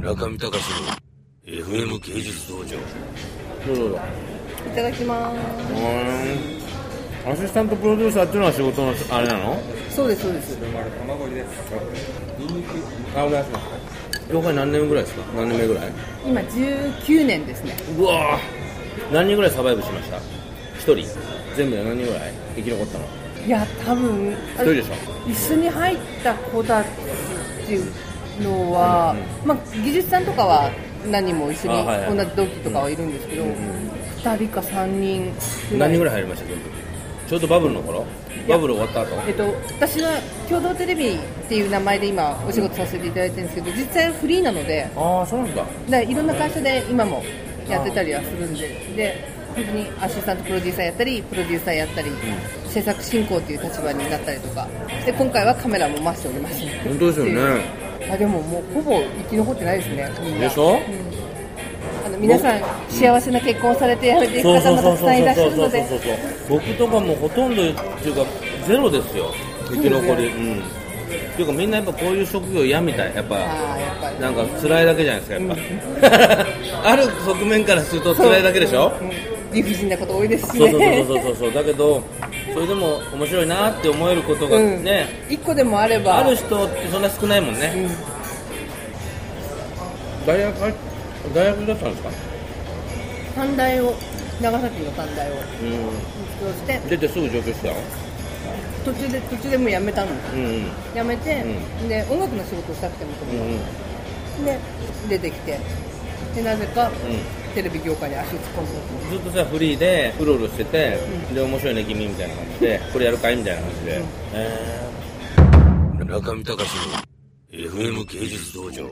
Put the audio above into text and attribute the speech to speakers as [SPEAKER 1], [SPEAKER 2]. [SPEAKER 1] 中見隆の FM 芸術道場
[SPEAKER 2] どうぞどうぞ
[SPEAKER 3] いただきま
[SPEAKER 2] うーんアシスタントプロデューサーっていうのは仕事のあれなの
[SPEAKER 3] すそうですそうです
[SPEAKER 2] あお願いします業界何年ぐらいですか何年目ぐらい
[SPEAKER 3] 今19年ですね
[SPEAKER 2] うわー何人ぐらいサバイブしました一人全部で何人ぐらい生き残ったの
[SPEAKER 3] いや多分
[SPEAKER 2] 一人でしょ
[SPEAKER 3] 一緒に入った子たちっていうのは、まあ、技術さんとかは何人も一緒
[SPEAKER 2] あはいはい
[SPEAKER 3] に同じ同期とかはいるんですけど、2人か3人ぐらい
[SPEAKER 2] 何人ぐらい入りました全部ちょうどバブルの頃バブル終わった後
[SPEAKER 3] えっと、私は共同テレビっていう名前で今お仕事させていただいてるんですけど実際はフリーなので
[SPEAKER 2] ああそうなんだ
[SPEAKER 3] でいろんな会社で今もやってたりはするんでで本当にアシスタントプロデューサーやったりプロデューサーやったり、制作進行っていう立場になったりとかで今回はカメラも回しております
[SPEAKER 2] 本当ですよね
[SPEAKER 3] あでももうほぼ生き残ってないですねみんな
[SPEAKER 2] でしょ
[SPEAKER 3] あの皆さん幸せな結婚をされてやめていく
[SPEAKER 2] そう
[SPEAKER 3] 方
[SPEAKER 2] そう
[SPEAKER 3] も
[SPEAKER 2] そうそ
[SPEAKER 3] たく
[SPEAKER 2] う
[SPEAKER 3] さんいらっしゃる
[SPEAKER 2] そう
[SPEAKER 3] の
[SPEAKER 2] そう
[SPEAKER 3] で
[SPEAKER 2] そうそう僕とかもほとんどっていうかゼロですよ生き残りうんっていうかみんなやっぱこういう職業嫌みたいやっぱ
[SPEAKER 3] ああやっぱり
[SPEAKER 2] なんか辛いだけじゃないですかやっぱ ある側面からすると辛いだけでしょ
[SPEAKER 3] うん理不尽なこと多いですし
[SPEAKER 2] そう
[SPEAKER 3] ね
[SPEAKER 2] そうそうそうそうそう だけどそれでも面白いなって思えることが
[SPEAKER 3] うん
[SPEAKER 2] ね、
[SPEAKER 3] 一個でもあれば
[SPEAKER 2] ある人ってそんな少ないもんね、大学入っ大学だったんですか
[SPEAKER 3] 短大を長崎の短大を
[SPEAKER 2] う
[SPEAKER 3] 卒業して
[SPEAKER 2] ん出てすぐ上京したの
[SPEAKER 3] 途中で途中でもう辞めたの
[SPEAKER 2] うんうん
[SPEAKER 3] 辞めて、
[SPEAKER 2] う
[SPEAKER 3] で音楽の仕事をしたくてもと
[SPEAKER 2] うん
[SPEAKER 3] も
[SPEAKER 2] うん
[SPEAKER 3] で出てきてでなぜか、テレビ業界に足を突っ込ん
[SPEAKER 2] ず
[SPEAKER 3] で
[SPEAKER 2] っとさフリーでうろうろしてて、で面白いね君みたいな感じでこれやるかいみたいな感じで、えー
[SPEAKER 1] 中見隆の FM 芸術道場